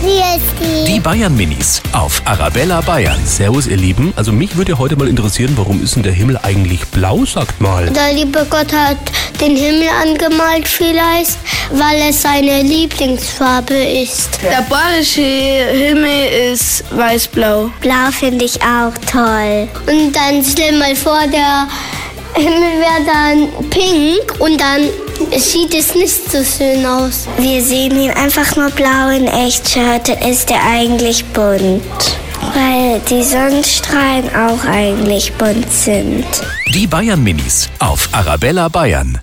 Grüß Die Bayern Minis auf Arabella Bayern. Servus, ihr Lieben. Also mich würde heute mal interessieren, warum ist denn der Himmel eigentlich blau, sagt mal. Der liebe Gott hat den Himmel angemalt vielleicht, weil es seine Lieblingsfarbe ist. Der bayerische Himmel ist weiß-blau. Blau finde ich auch toll. Und dann stell mal vor, der Himmel wäre dann pink und dann sieht es nicht so schön aus. Wir sehen ihn einfach nur blau in echt. Heute ist er eigentlich bunt. Weil die Sonnenstrahlen auch eigentlich bunt sind. Die Bayern Minis auf Arabella Bayern.